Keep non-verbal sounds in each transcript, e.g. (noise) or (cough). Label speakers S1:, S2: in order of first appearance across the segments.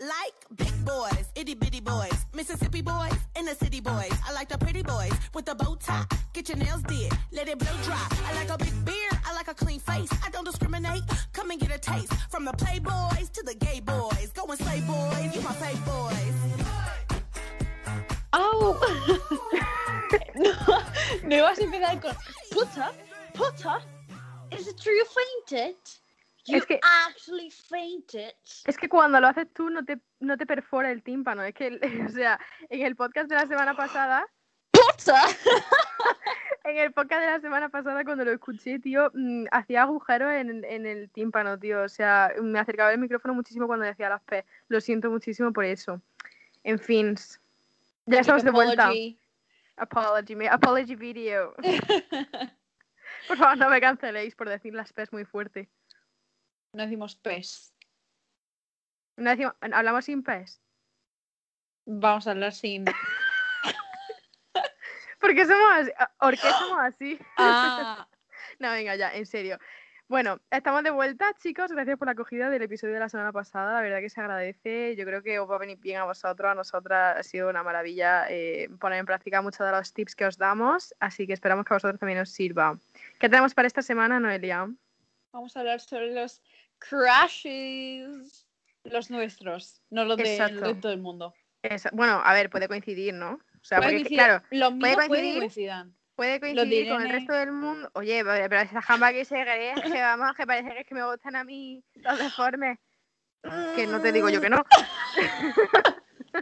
S1: like big boys, itty bitty boys, Mississippi boys, inner city boys. I like the pretty boys with the bow tie. Get your nails did, let it blow dry. I like a big beard, I like a clean face. I don't discriminate. Come and get a taste from the playboys to the gay boys. Go and slay boys, you my playboys.
S2: ¡Au! (laughs) no, no ibas a empezar con puta, puta. Is it true you fainted? You
S3: Es que-
S2: actually fainted.
S3: Es que cuando lo haces tú no te, no te perfora el tímpano. Es que, (laughs) o sea, en el podcast de la semana pasada,
S2: Puta.
S3: en el podcast de la semana pasada cuando lo escuché, tío, mm, hacía agujeros en, en el tímpano, tío. O sea, me acercaba el micrófono muchísimo cuando decía las P. Lo siento muchísimo por eso. En fin, ya estamos de vuelta.
S2: Apology.
S3: Apology, me- apology
S2: (laughs)
S3: video. Por favor, no me canceléis por decir las P's muy fuerte.
S2: no decimos pes.
S3: No decimos- hablamos sin P's.
S2: (laughs) Vamos a hablar sin.
S3: Porque somos así? ¿Por qué somos así? (laughs)
S2: Ah,
S3: No, venga, ya, en serio. Bueno, estamos de vuelta, chicos. Gracias por la acogida del episodio de la semana pasada. La verdad que se agradece. Yo creo que os va a venir bien a vosotros, a nosotras. Ha sido una maravilla eh, poner en práctica muchos de los tips que os damos. Así que esperamos que a vosotros también os sirva. ¿Qué tenemos para esta semana, Noelia?
S2: (laughs) vamos a hablar sobre los crashes. Los nuestros, no los de,
S3: Exacto.
S2: de todo el mundo.
S3: Esa- bueno, a ver, puede coincidir, ¿no? O sea,
S2: Puede
S3: porque,
S2: coincidir-
S3: claro,
S2: los míos
S3: puede
S2: pueden
S3: coincidir.
S2: coincidan.
S3: puede
S2: de
S3: coincidir con el
S2: Irene.
S3: resto del mundo. Oye, pero pero esa jamba que se cree, que vamos, que parece que es que me gustan a mí los deformes. que no te digo yo que no. (laughs)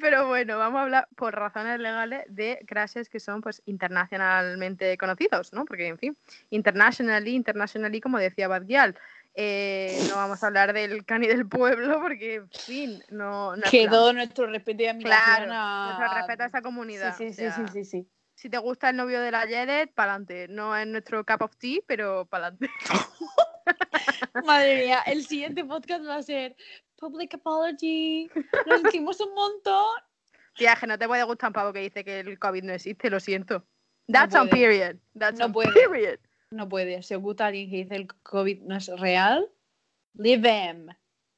S3: Pero bueno, vamos a hablar por razones legales de crashes que son pues internacionalmente conocidos, ¿no? Porque, en fin, internationally, internationally, como decía Badgial, eh, no vamos a hablar del cani del pueblo porque, en fin, no... no es
S2: Que
S3: plan.
S2: todo nuestro respeto y admiración
S3: Claro,
S2: a...
S3: Nuestro respeto a esa comunidad.
S2: Sí,
S3: o
S2: sí, sí,
S3: sea,
S2: sí, sí, sí.
S3: Si te gusta el novio de la Yedet, pa'lante. No es nuestro cup of tea, pero pa'lante. (laughs)
S2: Madre mía, el siguiente podcast va a ser Public Apology. Nos hicimos un montón.
S3: Tía, que no te puede gustar un pavo que dice que el COVID no existe, lo siento. That's
S2: No
S3: on
S2: puede.
S3: period. That's
S2: No
S3: on
S2: puede.
S3: period.
S2: No puede. Se oculta alguien que dice el COVID no es real. Leave him.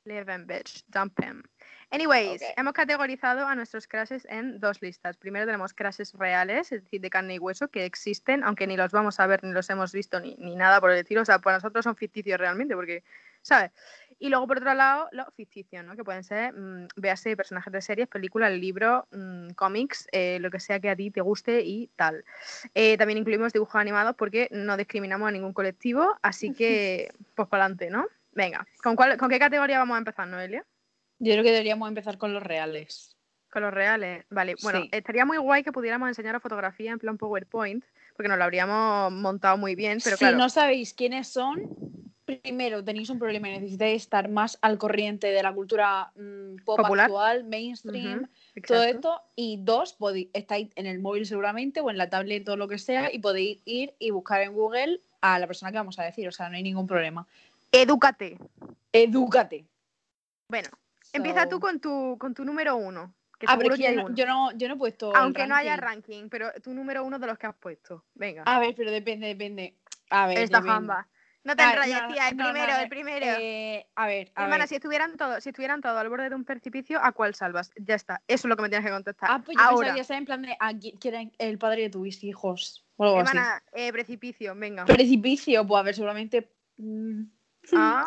S3: Live and bitch, dump him. Anyways,
S2: Ok.
S3: hemos categorizado a nuestros crashes en dos listas. Primero tenemos crashes reales, es decir, de carne y hueso, que existen, aunque ni los vamos a ver, ni los hemos visto, ni, ni nada por decir. O sea, para nosotros son ficticios realmente, porque, ¿sabes? Y luego, por otro lado, los ficticios, ¿no? Que pueden ser, mm, véase, personajes de series, películas, libros, mm, cómics, eh, lo que sea que a ti te guste y tal. Eh, también incluimos dibujos animados porque no discriminamos a ningún colectivo,
S2: (laughs)
S3: así que, pues para adelante, ¿no? Venga, ¿con, cuál, ¿con qué categoría vamos a empezar, Noelia?
S2: Yo creo que deberíamos empezar con los reales.
S3: Con los reales. Vale, bueno,
S2: Sí.
S3: estaría muy guay que pudiéramos enseñar fotografía en plan PowerPoint, porque nos lo habríamos montado muy bien, pero
S2: si
S3: claro,
S2: no sabéis quiénes son, primero tenéis un problema y necesitáis estar más al corriente de la cultura mm, pop
S3: Popular.
S2: actual, mainstream,
S3: Ujú, exacto.
S2: todo esto y dos podéis, estáis en el móvil seguramente o en la tablet todo lo que sea y podéis ir y buscar en Google a la persona que vamos a decir o sea no hay ningún problema
S3: Edúcate.
S2: edúcate
S3: Bueno, empieza
S2: So-
S3: tú con tu, con tu número uno. Que
S2: Ah,
S3: seguro
S2: pero es que yo
S3: que hay
S2: no,
S3: uno.
S2: yo no yo no he puesto el
S3: Aunque no haya
S2: ranking. Ah,
S3: ranking, pero tu número uno de los que has puesto. Venga.
S2: a ver pero depende depende a ver
S3: Esta
S2: depende.
S3: jamba. No te
S2: Ah,
S3: enrolles,
S2: no,
S3: tía, el
S2: no, no,
S3: primero,
S2: no,
S3: el primero.
S2: Eh, a ver a
S3: Hermana,
S2: ver
S3: si estuvieran todos, si estuvieran todos al borde de un precipicio, ¿a cuál salvas? Ya está, eso es lo que me tienes que contestar.
S2: ah pues yo
S3: Ahora,
S2: pensaba que estaba en plan de aquí quieren el padre de tus hijos o algo así
S3: hermana, eh, precipicio,
S2: (laughs)
S3: venga.
S2: precipicio pues a ver seguramente mm,
S3: Ah,
S2: (laughs)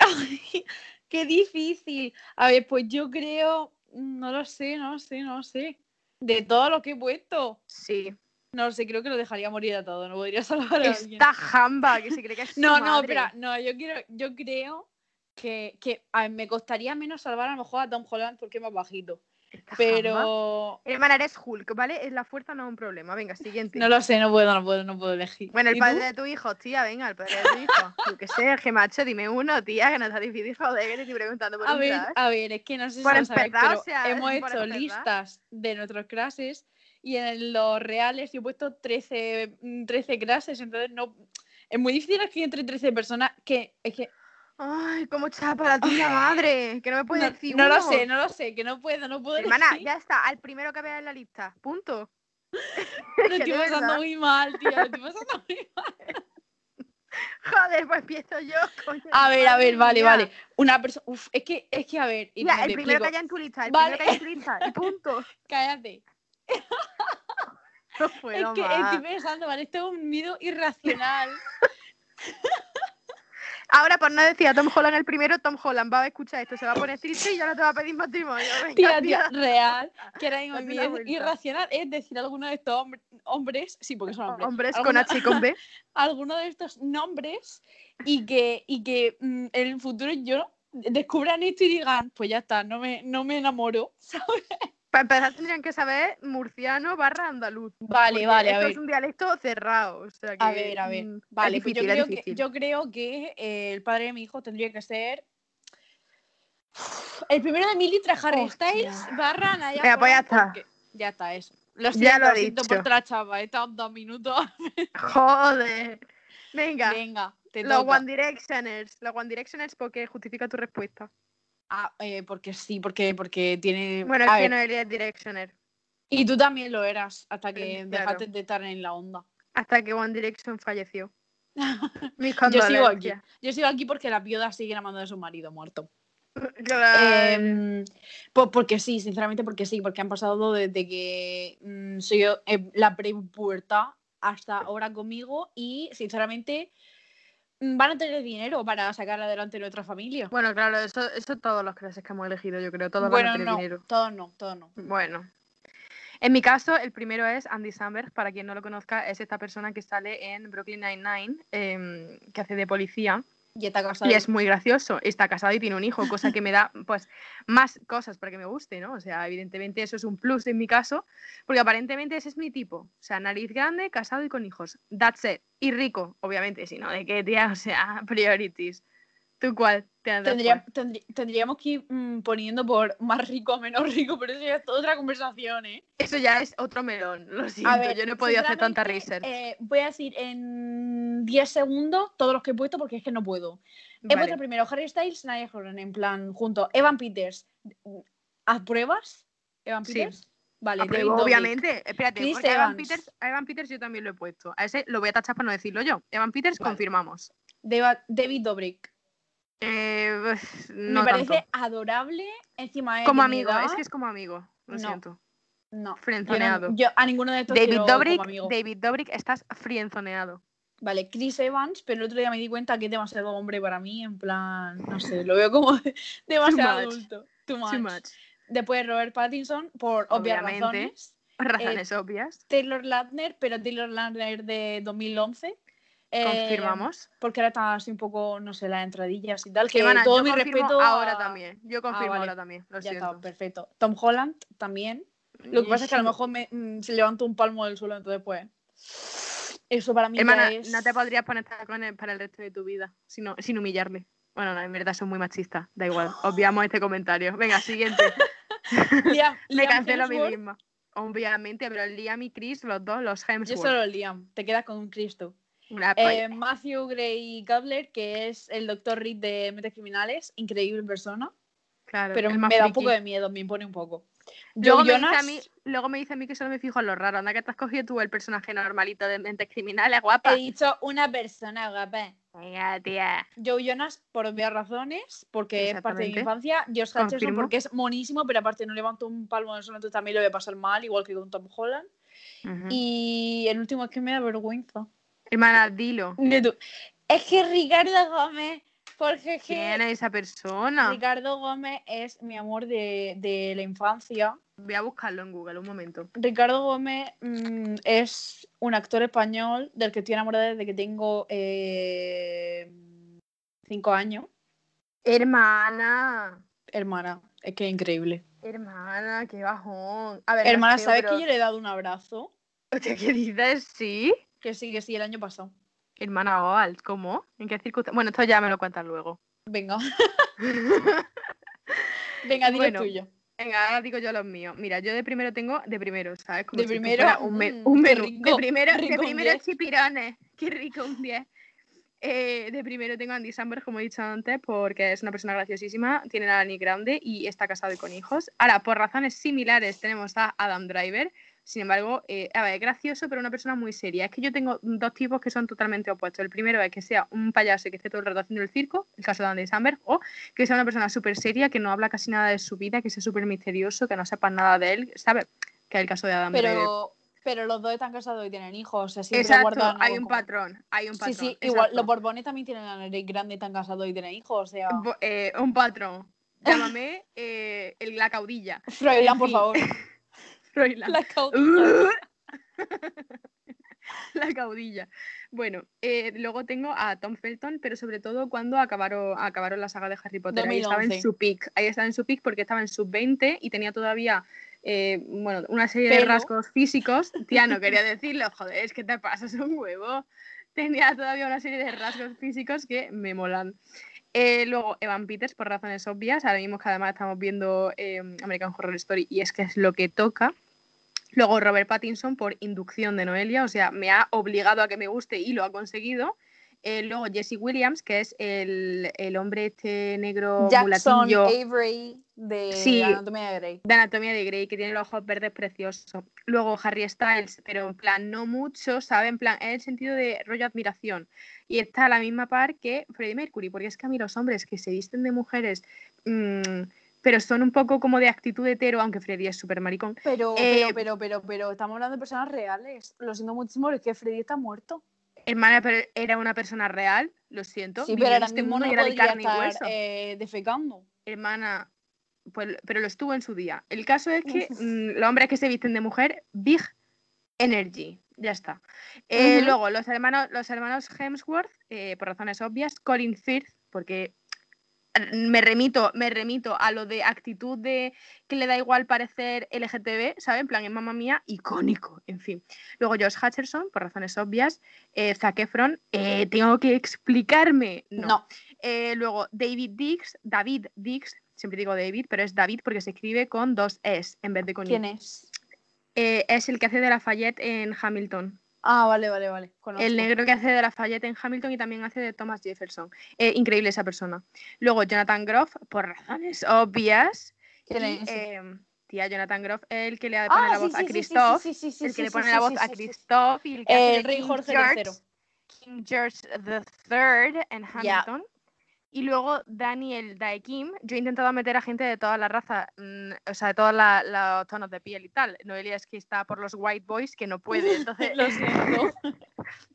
S2: Ay, qué difícil. A ver, pues yo creo, mm, no lo sé, no lo sé, no lo sé. De todo lo que he puesto,
S3: sí.
S2: no lo sé, creo que lo dejaría morir a todo, no podría (laughs) salvar a alguien.
S3: Esta jamba que se cree que es su
S2: No, no,
S3: madre.
S2: espera, no, yo quiero, yo creo que, que a ver, me costaría menos salvar a lo mejor a Tom Holland porque es más bajito.
S3: Esta jamba.
S2: Pero
S3: Hermana, eres Hulk, ¿vale? Es la fuerza no es un problema. Venga, siguiente.
S2: no lo sé, no puedo, no puedo, no puedo elegir.
S3: Bueno, el
S2: ¿Y
S3: padre
S2: tú?
S3: de tu hijo, tía, venga, el padre de tu hijo. Yo qué sé, que macho, dime uno, tía, que no está difícil, joder, que te estoy preguntando por
S2: A
S3: un
S2: ver,
S3: crash.
S2: a ver, es que no sé si
S3: Por
S2: lo sabéis,
S3: empezar,
S2: pero
S3: o sea,
S2: hemos
S3: por
S2: hecho
S3: empezar.
S2: listas de nuestros clases y en los reales yo he puesto 13, mm, 13 clases, entonces no es muy difícil aquí entre 13 personas que es que
S3: Ay, cómo chapa la
S2: (laughs)
S3: tuya madre, que no me puedes
S2: no,
S3: Pues decir
S2: no lo
S3: uno.
S2: sé, no lo sé, que no puedo, no puedo.
S3: Hermana,
S2: elegir.
S3: ya está, al primero que veas en la lista, punto.
S2: (laughs) lo
S3: (laughs) que
S2: estoy
S3: de
S2: pasando
S3: verdad. (laughs)
S2: muy mal, tío, lo estoy pasando muy mal.
S3: Joder, pues empiezo yo. coño.
S2: A ver, a ver, vale,
S3: Mira,
S2: vale. Una persona. Uf, es que, es que, a ver.
S3: Mira,
S2: Irene,
S3: el
S2: me
S3: primero que
S2: explico.
S3: haya en tu lista, el primero
S2: Vale.
S3: que haya en tu lista, y
S2: (laughs)
S3: punto.
S2: Cállate.
S3: No
S2: Es
S3: puedo
S2: que
S3: más.
S2: estoy pensando, vale, esto es un miedo irracional.
S3: Ahora, por no decir a Tom Holland el primero, Tom Holland va a escuchar esto, se va a poner triste y ya no te va a pedir
S2: (laughs)
S3: matrimonio. venga,
S2: tía,
S3: tía.
S2: tía, real.
S3: (laughs)
S2: Que ahora mismo
S3: Date
S2: mi
S3: una
S2: es
S3: vuelta.
S2: irracional es decir alguno de estos hombre- hombres, sí, porque son hombres,
S3: Hombres con
S2: Alguno-
S3: H y con
S2: (laughs)
S3: B.
S2: alguno de estos nombres y que, y que mm, en el futuro yo descubran esto y digan, pues ya está, no me, no me enamoro. (laughs) ¿sabes?
S3: Para empezar tendrían que saber murciano barra andaluz.
S2: Vale,
S3: porque
S2: vale, a
S3: esto
S2: ver.
S3: es un dialecto cerrado. o sea
S2: A
S3: que,
S2: ver, a ver.
S3: mm, es
S2: Vale, pues
S3: difícil, es
S2: yo, creo que,
S3: difícil.
S2: yo creo que eh, el padre de mi hijo tendría que ser. El primero de Mili tras Harry
S3: Hostia.
S2: Styles barra Naya.
S3: Venga, pues ya
S2: Furlan,
S3: está.
S2: porque- Ya está, eso. Lo siento,
S3: Ya lo ha
S2: siento
S3: dicho.
S2: por la chava, he estado dos minutos.
S3: Joder. Venga,
S2: Venga, te
S3: los
S2: toca.
S3: One Directioners. Los One Directioners porque justifica tu respuesta.
S2: Ah, eh, porque sí, porque, porque tiene.
S3: Bueno,
S2: a
S3: es que
S2: ver,
S3: no eres Directioner.
S2: Y tú también lo eras hasta que
S3: Claro.
S2: dejaste de estar en la onda.
S3: Hasta que One Direction falleció.
S2: (laughs)
S3: Mis
S2: Yo sigo aquí.
S3: condolencias.
S2: Yo sigo aquí porque las viudas siguen amando a su marido muerto.
S3: Claro.
S2: Em, po- porque sí, sinceramente porque sí, porque han pasado desde que mm, soy yo, eh, la prepubertad hasta ahora conmigo y sinceramente mm, van a tener dinero para sacar adelante nuestra familia.
S3: Bueno, claro, eso, eso todos los clases que hemos elegido, yo creo. Todos van a tener
S2: no,
S3: dinero.
S2: todos no, todos no.
S3: Bueno. En mi caso, el primero es Andy Samberg. Para quien no lo conozca, es esta persona que sale en Brooklyn Nine-Nine, em, que hace de policía.
S2: Y está casado.
S3: Y es muy gracioso. Está casado y tiene un hijo, cosa que me da pues más cosas para que me guste, ¿no? O sea, evidentemente eso es un plus en mi caso, porque aparentemente ese es mi tipo. O sea, nariz grande, casado y con hijos. That's it. Y rico, obviamente, si no, ¿de qué, tía? O sea, (laughs) priorities. ¿Tú cuál? Te has dado
S2: Tendría-
S3: cuál?
S2: tendrí- tendríamos que ir mm, poniendo por más rico a menos rico, pero eso ya es toda otra conversación, ¿eh?
S3: Eso ya es otro melón, lo siento.
S2: A ver,
S3: yo no he podido hacer tanta
S2: sinceramente,
S3: research.
S2: eh, voy a decir en 10 segundos todos los que he puesto porque es que no puedo. He
S3: Vale.
S2: puesto primero Harry Styles, Nadia Horan, en plan, junto. Evan Peters, ¿haz pruebas? Evan
S3: Sí.
S2: Peters. Vale,
S3: Ah, pero
S2: David Dobrik.
S3: obviamente, espérate,
S2: Chris
S3: porque a Evan,
S2: Evans.
S3: Peters, a Evan Peters yo también lo he puesto. A ese lo voy a tachar para no decirlo yo. Evan Peters,
S2: Vale.
S3: confirmamos.
S2: Deva- David Dobrik.
S3: Eh, pues, no
S2: Me parece
S3: tanto.
S2: adorable. Encima es
S3: Como
S2: de mi
S3: amigo,
S2: edad.
S3: es que es como amigo, lo
S2: No.
S3: siento.
S2: No. Yo,
S3: Frienzoneado.
S2: no- yo a ninguno de estos
S3: David
S2: quiero como
S3: Dobrik,
S2: amigo.
S3: David Dobrik, estás frienzoneado.
S2: Vale, Chris Evans, pero el otro día me di cuenta que es demasiado hombre para mí, en plan, no sé, lo veo como (laughs) demasiado
S3: Too much.
S2: adulto. Too
S3: Too
S2: much.
S3: much.
S2: Después Robert Pattinson, por obvias
S3: Obviamente.
S2: razones.
S3: Razones
S2: Eh,
S3: obvias.
S2: Taylor Lautner, pero Taylor Lautner de 2011. Eh,
S3: Confirmamos.
S2: Porque ahora está así un poco, no sé, las entradillas y tal. Que
S3: Ivana,
S2: todo
S3: yo
S2: mi
S3: confirmo
S2: respeto. a- Ah,
S3: ahora también. Yo confirmo
S2: vale.
S3: ahora también, lo
S2: Ya está,
S3: siento.
S2: perfecto. Tom Holland también. Lo que pasa es que a lo mejor me, mm, se levantó un palmo del suelo, entonces pues. Eso para mí ya
S3: Hermana,
S2: es.
S3: no te podrías poner tacones para el resto de tu vida, sino, sin humillarle. Bueno, no, en verdad son muy machistas, da
S2: (gasps)
S3: igual. Obviamos este comentario. Venga,
S2: (laughs)
S3: siguiente.
S2: (laughs)
S3: (laughs)
S2: Liam-
S3: Me
S2: Liam
S3: cancelo a mí
S2: Hemsworth,
S3: misma. Obviamente, pero Liam y Chris, los dos, los
S2: Yo
S3: Hemsworth.
S2: solo Liam, te quedas con un Cristo.
S3: Una
S2: Eh,
S3: polla.
S2: Matthew Gray Gabler, que es el doctor Reed de Mentes Criminales, increíble persona.
S3: claro,
S2: Pero
S3: el más
S2: me da un
S3: friki.
S2: poco de miedo, me impone un poco.
S3: Luego
S2: Joe
S3: me, dice
S2: Jonas,
S3: a mí, luego me dice a mí que solo me fijo en lo raro. Anda, que te has cogido tú el personaje normalito de mentes criminales, guapa. (laughs)
S2: he dicho una persona guapa.
S3: Venga, tía.
S2: Joe Jonas, por obvias razones, porque es parte de mi
S3: Exactamente.
S2: infancia. Josh Hutcherson,
S3: Confirmo.
S2: porque es monísimo, pero aparte no levanto un palmo de sol, entonces también lo voy a pasar mal, igual que con Tom Holland.
S3: Ujú.
S2: Y el último es que me da vergüenza.
S3: Hermana, dilo.
S2: De tu- Es que Ricardo Gómez, porque es que
S3: ¿Quién es esa persona?
S2: Ricardo Gómez es mi amor de, de la infancia.
S3: Voy a buscarlo en Google un momento.
S2: Ricardo Gómez mm, es un actor español del que estoy enamorada desde que tengo eh, cinco años.
S3: Hermana.
S2: Hermana, es que es increíble.
S3: Hermana, qué bajón. A ver,
S2: Hermana, ¿sabes que yo le he dado un abrazo?
S3: yo... (laughs) ¿Qué dices? Sí.
S2: Que sí, que sí, el año pasado.
S3: Hermana Oal, ¿cómo? ¿En qué circunstancias? Bueno, esto ya me lo cuentas luego. (laughs)
S2: Venga, venga, dile
S3: Bueno,
S2: tuyo.
S3: Venga, ahora digo yo los míos. Mira, yo de primero tengo de primero, ¿sabes? Como
S2: De
S3: si esto
S2: primero,
S3: fuera un, me-
S2: mm,
S3: un
S2: qué
S3: menú. de
S2: rico,
S3: primero,
S2: qué
S3: de
S2: rico un
S3: primero
S2: 10.
S3: chipirones. (laughs) Qué rico un 10. Eh, de primero tengo a Andy Samberg, como he dicho antes, porque es una persona graciosísima, tiene la nariz grande y está casado y con hijos. Ahora, por razones similares, tenemos a Adam Driver, Sin embargo, eh, a ver, es gracioso, pero una persona muy seria. Es que yo tengo dos tipos que son totalmente opuestos. El primero es que sea un payaso y que esté todo el rato haciendo el circo, el caso de Andy Samberg, o que sea una persona súper seria, que no habla casi nada de su vida, que sea súper misterioso, que no sepas nada de él, ¿sabes? Que es el caso de Adam Driver.
S2: Pero, pero los dos están casados y tienen hijos. O sea, siempre
S3: Exacto,
S2: guardan
S3: hay
S2: algo
S3: un
S2: común.
S3: patrón, hay un
S2: Sí,
S3: patrón.
S2: sí, igual
S3: exacto.
S2: los Borbones también tienen la nariz grande y están casados y tienen hijos. O sea,
S3: Bo- eh, un patrón. Llámame eh, el- la
S2: (laughs)
S3: caudilla.
S2: Froilán,
S3: en
S2: por
S3: fin. (laughs)
S2: favor.
S3: Froilán.
S2: La caudilla.
S3: (laughs) la caudilla. Bueno, eh, luego tengo a Tom Felton, pero sobre todo cuando acabaron, acabaron la saga de Harry Potter. Ahí estaba en
S2: 2011.
S3: su pick. Ahí estaba en su pick porque estaba en sub 20 y tenía todavía eh, bueno, una serie de
S2: Pelo.
S3: rasgos físicos. Tía, no quería decirlo, joder, es que te pasas un huevo. Tenía todavía una serie de rasgos físicos que me molan. Eh, luego, Evan Peters, por razones obvias, ahora mismo que además estamos viendo eh, American Horror Story y es que es lo que toca. Luego, Robert Pattinson por inducción de Noelia, o sea, me ha obligado a que me guste y lo ha conseguido. Eh, luego, Jesse Williams, que es el, el hombre este negro
S2: Jackson eh.
S3: mulatillo
S2: Avery de
S3: Sí.
S2: Anatomía de Grey.
S3: de Anatomía de Grey, que tiene los ojos verdes preciosos. Luego, Harry Styles, pero en plan, no mucho, ¿sabe? En plan, en el sentido de rollo admiración. Y está a la misma par que Freddie Mercury, porque es que a mí los hombres que se visten de mujeres, mm, pero son un poco como de actitud hetero, aunque Freddie es súper maricón.
S2: Pero,
S3: Eh,
S2: pero, pero, pero, pero, estamos hablando de personas reales. Lo siento muchísimo, pero es que Freddy está muerto.
S3: Hermana, pero era una persona real, lo siento.
S2: Sí,
S3: vivía
S2: pero
S3: en
S2: ahora
S3: este
S2: mismo
S3: mundo
S2: no
S3: y era de
S2: podría
S3: carne y
S2: estar
S3: hueso.
S2: eh, defecando.
S3: hermana, pues, pero lo estuvo en su día. El caso es que
S2: (laughs)
S3: mm, los hombres que se visten de mujer, big energy, ya está. Eh,
S2: Ujú.
S3: Luego, los hermanos, los hermanos Hemsworth, eh, por razones obvias, Colin Firth, porque mm, me remito, me remito a lo de actitud de que le da igual parecer LGTB, ¿saben? En plan, en mamá mía, icónico, en fin. Luego Josh Hutcherson, por razones obvias, eh, Zac Efron, eh, tengo que explicarme.
S2: No.
S3: no. Eh, luego, David Dix, David Dix, siempre digo David, pero es David porque se escribe con dos S en vez de con I.
S2: ¿Quién es?
S3: Eh, es el que hace de Lafayette en Hamilton.
S2: Ah, vale, vale, vale. Conozco.
S3: El negro que hace de Lafayette en Hamilton y también hace de Thomas Jefferson. Eh, increíble esa persona. Luego, Jonathan Groff, por razones obvias.
S2: ¿Quién
S3: Y,
S2: es?
S3: eh, tía, Jonathan Groff, el que le pone
S2: ah,
S3: la
S2: sí,
S3: voz a
S2: sí, sí, sí,
S3: Christoph.
S2: sí, sí, sí,
S3: el que
S2: sí,
S3: le
S2: sí,
S3: pone
S2: sí,
S3: la voz
S2: sí,
S3: a
S2: sí, sí.
S3: Christoph. Y el que hace de
S2: El rey
S3: Eh, King
S2: Jorge
S3: George.
S2: III.
S3: King George III en
S2: Ya.
S3: Hamilton. Y luego Daniel Daekim. Yo he intentado meter a gente de toda la raza, mm, o sea, de todos la- los tonos de piel y tal. Noelia es que está por los White Boys que no puede. Entonces,
S2: Lo siento.
S3: (laughs)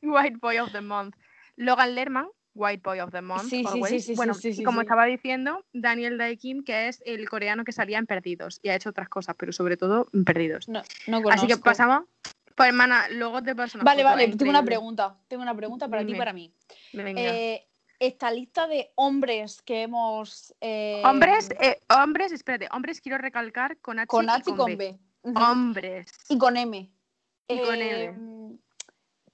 S3: White Boy of the Month. Logan Lerman, White Boy of the Month.
S2: Sí, sí,
S3: always.
S2: sí, sí, sí,
S3: bueno,
S2: sí,
S3: y
S2: sí,
S3: como
S2: sí.
S3: estaba diciendo, Daniel Daekim, que es el coreano que salía en Perdidos. Y ha hecho otras cosas, pero sobre todo en Perdidos.
S2: No, no conozco.
S3: Así que pasamos. Pues hermana, luego te paso una
S2: Vale,
S3: foto,
S2: vale,
S3: es
S2: tengo una
S3: increíble.
S2: pregunta. Tengo una pregunta para ti
S3: Dime.
S2: y para mí.
S3: Venga.
S2: Eh, esta lista de hombres que hemos. eh,
S3: Hombres, eh, hombres, espérate, hombres quiero recalcar con H
S2: Con
S3: y
S2: H y
S3: con B.
S2: Ujú.
S3: Hombres.
S2: Y con M. Eh, mm,
S3: Y con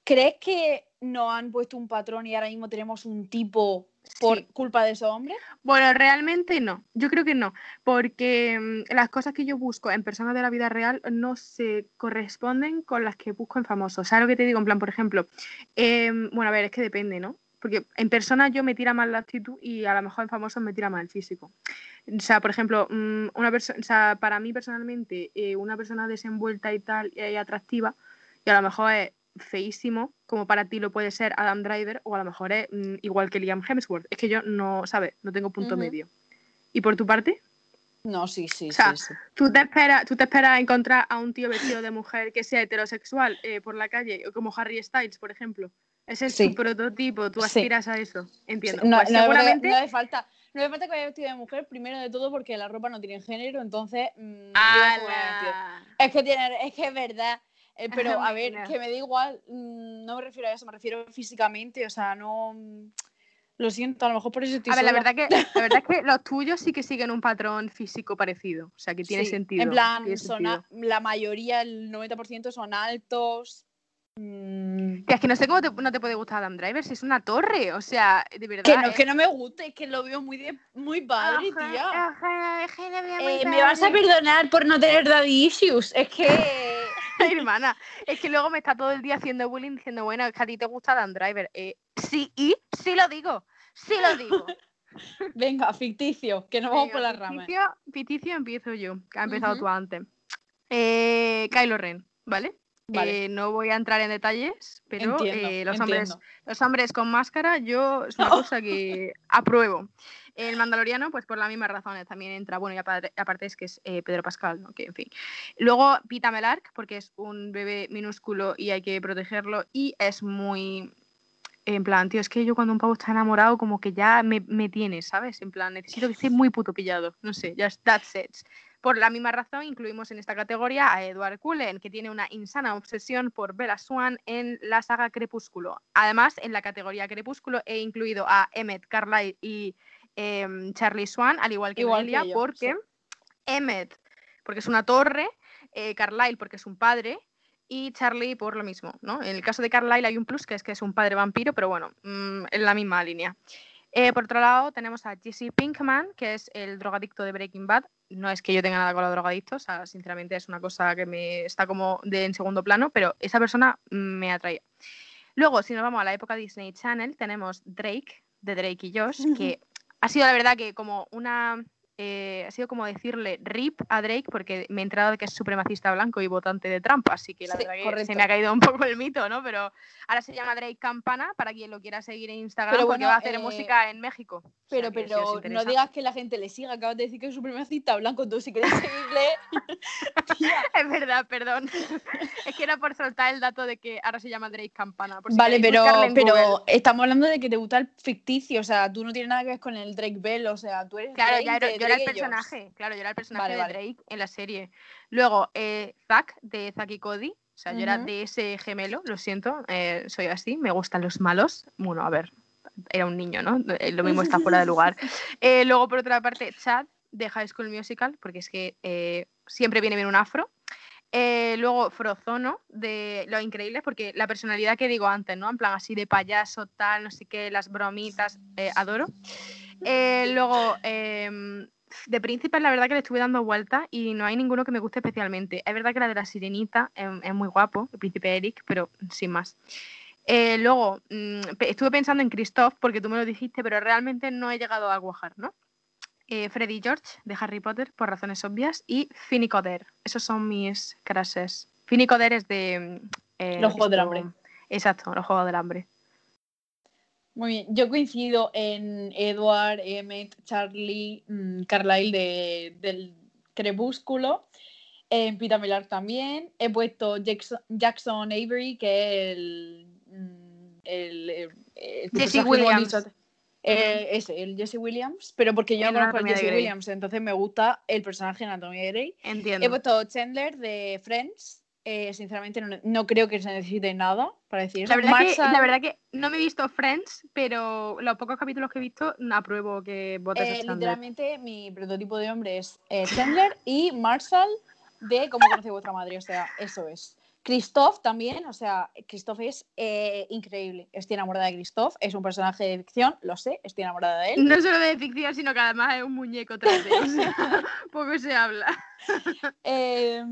S2: ¿Crees que no han puesto un patrón y ahora mismo tenemos un tipo por
S3: Sí.
S2: culpa de esos hombres?
S3: Bueno, realmente no. Yo creo que no, porque mm, las cosas que yo busco en personas de la vida real no se corresponden con las que busco en famosos. ¿Sabes lo que te digo? En plan, por ejemplo, em, bueno, a ver, es que depende, ¿no? Porque en personas yo me tira mal la actitud y a lo mejor en famosos me tira mal el físico. O sea, por ejemplo, mm, una persona, o sea, para mí personalmente, eh, una persona desenvuelta y tal y y atractiva, y a lo mejor es feísimo, como para ti lo puede ser Adam Driver, o a lo mejor es mm, igual que Liam Hemsworth. Es que yo no, ¿sabes? No tengo punto
S2: Ujú.
S3: medio. ¿Y por tu parte?
S2: No, sí, sí,
S3: O sea,
S2: sí, sí.
S3: ¿Tú te, esperas, ¿Tú te esperas encontrar a un tío vestido de mujer que sea heterosexual eh, por la calle, como Harry Styles, por ejemplo? Ese es
S2: Sí.
S3: tu prototipo, tú
S2: Sí.
S3: aspiras a eso. Entiendo.
S2: No,
S3: Pues
S2: no hace-
S3: seguramente.
S2: no hace falta. No hace falta que vaya vestido de mujer, primero de todo, porque la ropa no tiene género, entonces. mm, digo como vaya vestido.
S3: ¡Hala! Ah,
S2: Es que tiene, es que es verdad. Eh, pero a ver,
S3: Mira.
S2: que me da igual, mm, no me refiero a eso, me refiero físicamente, o sea, no. mm, Lo siento, a lo mejor por eso estoy
S3: A ver, la
S2: sola.
S3: verdad, que, la verdad
S2: (laughs)
S3: es que los tuyos sí que siguen un patrón físico parecido. O sea, que tiene
S2: Sí,
S3: sentido.
S2: En plan,
S3: tiene
S2: son
S3: sentido.
S2: a- la mayoría, el 90% son altos. mm,
S3: Que es que no sé cómo te- no te puede gustar Adam Driver si es una torre. O sea, de verdad.
S2: que no es
S3: eh.
S2: que no me guste, es que lo veo muy, de, muy padre,
S3: Ajá,
S2: tía.
S3: ajá, es que lo veo muy
S2: Eh, me vas a
S3: padre.
S2: perdonar por no tener daddy issues, es que.
S3: Eh. (laughs) hermana. Es que luego me está todo el día haciendo bullying diciendo, bueno, es que a ti te gusta Dan Driver. Eh, sí, y sí lo digo. Sí
S2: (laughs)
S3: lo digo.
S2: (laughs)
S3: Eh,
S2: Venga, ficticio, que nos vamos por las ramas.
S3: Piticio, empiezo yo, que ha empezado
S2: Ujú.
S3: tú antes. Eh, Kylo Ren. ¿vale?
S2: Vale.
S3: Eh, no voy a entrar en detalles, pero
S2: entiendo,
S3: eh, los,
S2: entiendo.
S3: hombres, los hombres con máscara, yo
S2: (laughs)
S3: es una cosa que apruebo. El mandaloriano, pues por las mismas razones, también entra, bueno, y apar- aparte es que es eh, Pedro Pascal, ¿no? Que en fin. Luego Pita Melark, porque es un bebé minúsculo y hay que protegerlo, y es muy. En plan, tío, es que yo cuando un pavo está enamorado, como que ya me, me tiene, ¿sabes? En plan, necesito que esté muy puto pillado. No sé, just that's it. Por la misma razón, incluimos en esta categoría a Edward Cullen, que tiene una insana obsesión por Bella Swan en la saga Crepúsculo. Además, en la categoría Crepúsculo he incluido a Emmett Carlyle y em, Charlie Swan, al igual que
S2: Igual que
S3: Noelia,
S2: yo,
S3: porque
S2: sí.
S3: Emmett, porque es una torre, eh, Carlyle, porque es un padre, y Charlie por lo mismo, ¿no? En el caso de Carlyle hay un plus que es que es un padre vampiro, pero bueno, mm, en la misma línea. Eh, por otro lado, tenemos a Jesse Pinkman, que es el drogadicto de Breaking Bad. No es que yo tenga nada con los drogadictos, o sea, sinceramente es una cosa que me está como de en segundo plano, pero esa persona mm, me atraía. Luego, si nos vamos a la época Disney Channel, tenemos Drake, de Drake y Josh, que ha sido la verdad que como una eh, ha sido como decirle rip a Drake porque me he enterado de que es supremacista blanco y votante de Trump, así que la
S2: Sí,
S3: verdad que
S2: correcto.
S3: se me ha caído un poco el mito, ¿no? Pero ahora se llama Drake Campana para quien lo quiera seguir en Instagram
S2: Pero
S3: porque
S2: bueno,
S3: va a hacer
S2: eh,
S3: música en México. O sea
S2: Pero,
S3: que si os
S2: pero no
S3: interesa.
S2: digas que la gente le siga. Acabas de decir que es supremacista blanco. Tú, si quieres seguirle. Tía.
S3: (laughs) Es verdad, perdón. (laughs) es que era por soltar el dato de que ahora se llama Drake Campana. por si
S2: vale,
S3: queréis
S2: pero,
S3: buscarle en Google.
S2: pero estamos hablando de que te gusta el ficticio. O sea, tú no tienes nada que ver con el Drake Bell. O sea, tú eres.
S3: Claro,
S2: Drake
S3: ya era,
S2: de
S3: yo era el
S2: Drake y Josh.
S3: personaje. Claro, yo era el personaje
S2: Vale,
S3: de
S2: vale.
S3: Drake en la serie. Luego, eh, Zack de Zack y Cody. O sea, yo era
S2: Ujú.
S3: de ese gemelo, lo siento, eh, soy así, me gustan los malos. Bueno, a ver, era un niño, ¿no? Eh, Lo mismo está fuera de
S2: (laughs)
S3: lugar. Eh, luego, por otra parte, Chad de High School Musical, porque es que eh, siempre viene bien un afro. Eh, luego Frozono de Los Increíbles, porque la personalidad que digo antes, ¿no? En plan así de payaso, tal, no sé qué, las bromitas, eh, adoro. Eh, luego, em, de príncipes, la verdad que le estuve dando vuelta y no hay ninguno que me guste especialmente. Es verdad que la de la sirenita em, es, muy guapo, el príncipe Eric, pero sin más. Eh, luego, mm, pe- estuve pensando en Christoph porque tú me lo dijiste, pero realmente no he llegado a guajar, ¿no? Eh, Freddy George de Harry Potter, por razones obvias, y Finny Coder. Esos son mis crashes. Finny Coder es de. mm, eh,
S2: Los Juegos del
S3: esto-
S2: Hambre.
S3: Exacto, los Juegos del Hambre.
S2: Muy bien, yo coincido en Edward, Emmett, Charlie, mm, Carlyle de- del Crepúsculo, en Pita Melark también. He puesto Jackson, Jackson Avery, que es el. mm, el, eh,
S3: Jesse
S2: el personaje que hemos
S3: Williams.
S2: dicho antes. Eh, ese, el Jesse Williams, pero porque yo
S3: En
S2: no conozco al
S3: Anatomía de
S2: Jesse
S3: Grey.
S2: Williams, entonces me gusta el personaje en Anatomía de Grey.
S3: Entiendo.
S2: He puesto Chandler de Friends. eh, sinceramente, no, no creo que se necesite nada para decir eso.
S3: La verdad, que,
S2: Marshall-
S3: la verdad que no me he visto Friends, pero los pocos capítulos que he visto no apruebo que votes
S2: Eh,
S3: a Chandler.
S2: literalmente mi prototipo de hombre es eh, Chandler y Marshall de Cómo conoce vuestra madre, o sea, eso es. Christoph también, o sea, Christoph es eh, increíble. Estoy enamorada de Christoph, es un personaje de ficción, lo sé, estoy enamorada de él.
S3: No solo de ficción, sino que además es un muñeco 3D. o sea, (laughs) poco se habla.
S2: Eh,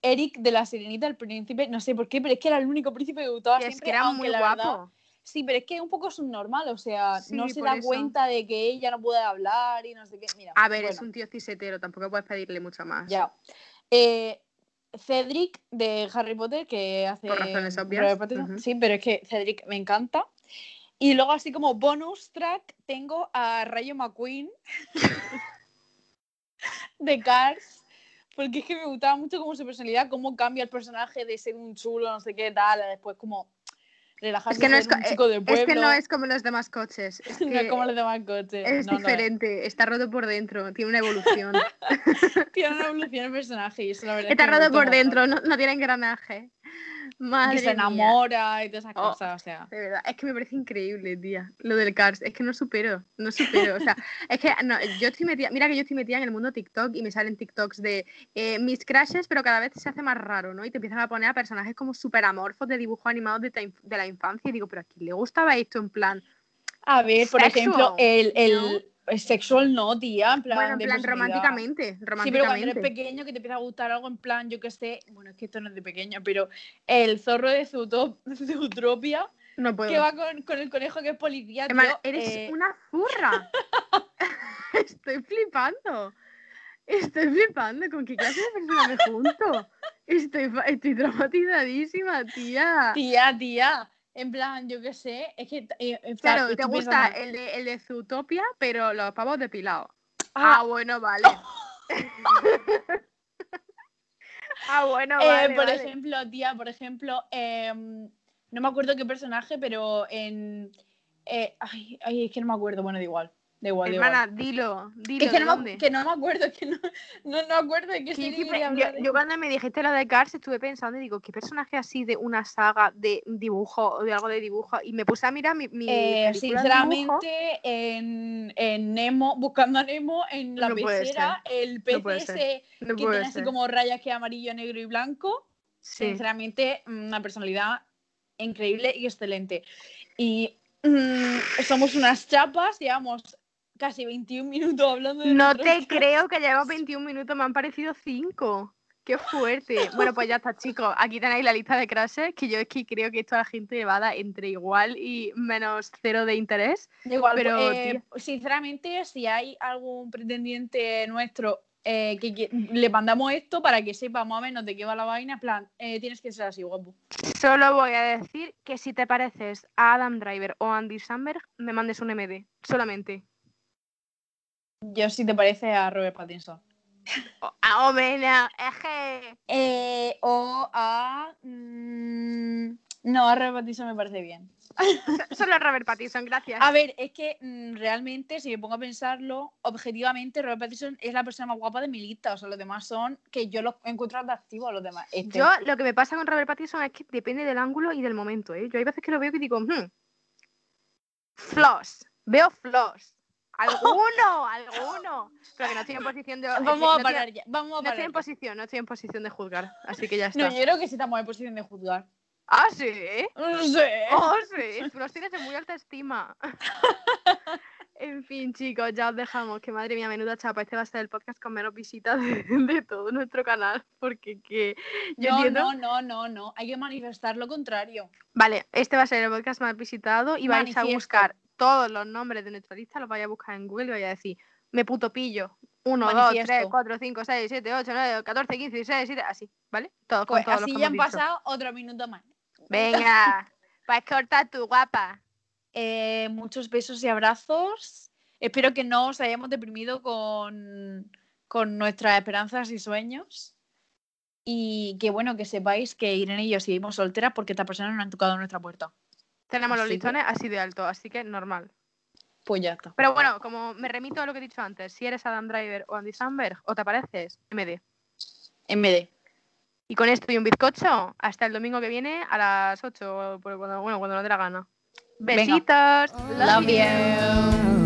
S2: Eric de la Sirenita, el príncipe, no sé por qué, pero es que era el único príncipe que gustaba
S3: Y
S2: siempre.
S3: es que era
S2: aunque
S3: muy
S2: la
S3: guapo.
S2: verdad- sí, pero es que es un poco subnormal, o sea,
S3: Sí,
S2: no se
S3: por
S2: da
S3: eso.
S2: cuenta de que ella no puede hablar y no sé qué. Mira,
S3: A ver, es
S2: bueno.
S3: un tío cisetero, tampoco puedes pedirle mucho más.
S2: Ya. Eh, Cedric de Harry Potter, que hace.
S3: Por razones obvias.
S2: Robert Pattinson.
S3: Ujú.
S2: Sí, pero es que Cedric me encanta. Y luego, así como bonus track, tengo a Rayo McQueen (laughs) de Cars. Porque es que me gustaba mucho como su personalidad, cómo cambia el personaje de ser un chulo, no sé qué tal, a después como relajarse,
S3: que no
S2: ser
S3: es co-
S2: un chico de pueblo.
S3: Es que no es como los demás coches. Es,
S2: (laughs) No es
S3: que
S2: como los demás coches.
S3: es
S2: no, eh. no
S3: diferente, está roto por dentro, tiene una
S2: (laughs)
S3: evolución.
S2: Tiene una evolución el personaje y eso la verdad. es
S3: está
S2: que me
S3: roto
S2: gusta un
S3: por dentro,
S2: montón.
S3: no, no tiene engranaje. Madre
S2: que se
S3: mía.
S2: enamora y todas esas
S3: Oh.
S2: cosas, o sea.
S3: De verdad, es que me parece increíble, tía, lo del Cars. Es que no supero, no supero.
S2: (laughs)
S3: O sea, es que no, yo estoy metida, mira que yo estoy metida en el mundo TikTok y me salen TikToks de eh, mis crashes, pero cada vez se hace más raro, ¿no? Y te empiezan a poner a personajes como súper amorfos de dibujos animados de, ta- de la infancia. Y digo, pero ¿a quién le gustaba esto en plan?
S2: A ver, por
S3: Sexual,
S2: ejemplo, el, el, el sexual no, tía, en plan.
S3: bueno, en
S2: de
S3: plan
S2: posibilidad.
S3: románticamente,
S2: Sí, pero cuando eres
S3: románticamente.
S2: pequeño que te empieza a gustar algo en plan, yo que sé, bueno, es que esto no es de pequeño, pero el zorro (laughs) de Zootop- Zootropia
S3: no puedo.
S2: que va con, con el conejo que es policía, tío,
S3: Mm. Emma, eres
S2: eh,
S3: una
S2: (laughs)
S3: zurra. Estoy flipando. Estoy flipando. ¿Con qué clase de persona me junto? Estoy, fa- estoy traumatizadísima, tía.
S2: Tía, tía. En plan, yo qué sé. Es que. eh, eh,
S3: Claro,
S2: estoy
S3: te gusta
S2: pensando-
S3: el de, el de Zootopia, pero los pavos depilados.
S2: Ah,
S3: Ah, bueno,
S2: (laughs)
S3: vale. (laughs) ah, bueno,
S2: Eh,
S3: vale.
S2: por
S3: vale.
S2: ejemplo, tía, por ejemplo, em, no me acuerdo qué personaje, pero en. eh, ay, ay, es que no me acuerdo, bueno, da igual. Da igual, da igual.
S3: Hermana, dilo, dilo.
S2: Es que
S3: ¿de
S2: no, me,
S3: dónde?
S2: que no me acuerdo, que no, no, no acuerdo de qué
S3: Sí,
S2: serie
S3: sí,
S2: quería
S3: pero yo,
S2: hablar de-
S3: yo cuando me dijiste lo de Cars estuve pensando y digo, ¿qué personaje así de una saga de dibujo o de algo de dibujo? Y me puse a mirar mi, mi película de
S2: Eh,
S3: dibujo.
S2: sinceramente, en, en Nemo, buscando a Nemo, en la
S3: No puede
S2: pecera, el pez
S3: No puede
S2: ese
S3: ser.
S2: que
S3: No
S2: tiene
S3: puede
S2: así
S3: ser.
S2: como rayas que amarillo, negro y blanco,
S3: Sí.
S2: sinceramente, una personalidad increíble y excelente. Y mm, somos unas chapas, llevamos casi 21 minutos hablando de
S3: No
S2: nosotros.
S3: te creo que llevo 21 minutos, me han parecido 5.
S2: (laughs)
S3: Qué fuerte. Bueno, pues ya está, chicos. Aquí tenéis la lista de crashes, que yo es que creo que esto a la gente le va a dar entre igual y menos cero de interés.
S2: Da igual,
S3: Pero,
S2: eh, sinceramente, si hay algún pretendiente nuestro eh, que, que- le mandamos esto para que sepa más o menos de qué va la vaina, en plan, eh, tienes que ser así, guapo.
S3: Solo voy a decir que si te pareces a Adam Driver o Andy Samberg, me mandes un MD. Solamente.
S2: Yo si te parece a Robert Pattinson.
S3: O- Ah, hombre, no, eje.
S2: Eh, o a... mm, no, a Robert Pattinson me parece bien.
S3: So- Solo Robert Pattinson, gracias.
S2: A ver, es que mm, realmente, si me pongo a pensarlo, objetivamente Robert Pattinson es la persona más guapa de mi lista. O sea, los demás son que yo los encuentro atractivos a los demás. Este-
S3: Yo lo que me pasa con Robert Pattinson es que depende del ángulo y del momento, ¿eh? Yo hay veces que lo veo y digo, hmm, flaws, veo flaws. Alguno, alguno. Pero que no estoy en posición de...
S2: Vamos a
S3: no
S2: parar
S3: Estoy,
S2: ya. Vamos a
S3: no estoy
S2: parar.
S3: en posición, no estoy en posición de juzgar. Así que ya
S2: No,
S3: está.
S2: yo creo que sí estamos en posición de juzgar.
S3: Ah, sí.
S2: No sé.
S3: Oh, sí. Tú los tienes en muy alta
S2: (laughs)
S3: estima. en fin, chicos, ya os dejamos. Que madre mía, menuda chapa. Este va a ser el podcast con menos visitas de, (laughs) de todo nuestro canal. Porque que... Yo
S2: no,
S3: entiendo.
S2: no, no, no, no. Hay que manifestar lo contrario.
S3: Vale, este va a ser el podcast más visitado y vais a
S2: Manifiesto.
S3: buscar todos los nombres de nuestra lista, los vais a buscar en Google y vais a decir, me puto pillo. 1, 2,
S2: Manifiesto.
S3: 3, 4, 5, 6, 7, 8, 9, 14, 15, 16, 17, así, ¿vale? Todo, con
S2: Pues
S3: todos
S2: así
S3: los que
S2: ya han
S3: hemos dicho.
S2: pasado otro minuto más.
S3: Venga, pues corta tu guapa.
S2: Eh, muchos besos y abrazos. Espero que no os hayamos deprimido con, con nuestras esperanzas y sueños. Y que bueno, que sepáis que Irene y yo seguimos solteras porque estas personas no han tocado nuestra puerta.
S3: Tenemos los
S2: Así que-
S3: listones así de alto, así que normal.
S2: Pues ya está.
S3: Pero bueno, como me remito a lo que he dicho antes, si eres Adam Driver o Andy Samberg o te pareces, MD.
S2: MD.
S3: Y con esto y un bizcocho, hasta el domingo que viene a las 8, o por- cuando- bueno, cuando no te la gana.
S2: Venga.
S3: Besitos.
S2: Love you.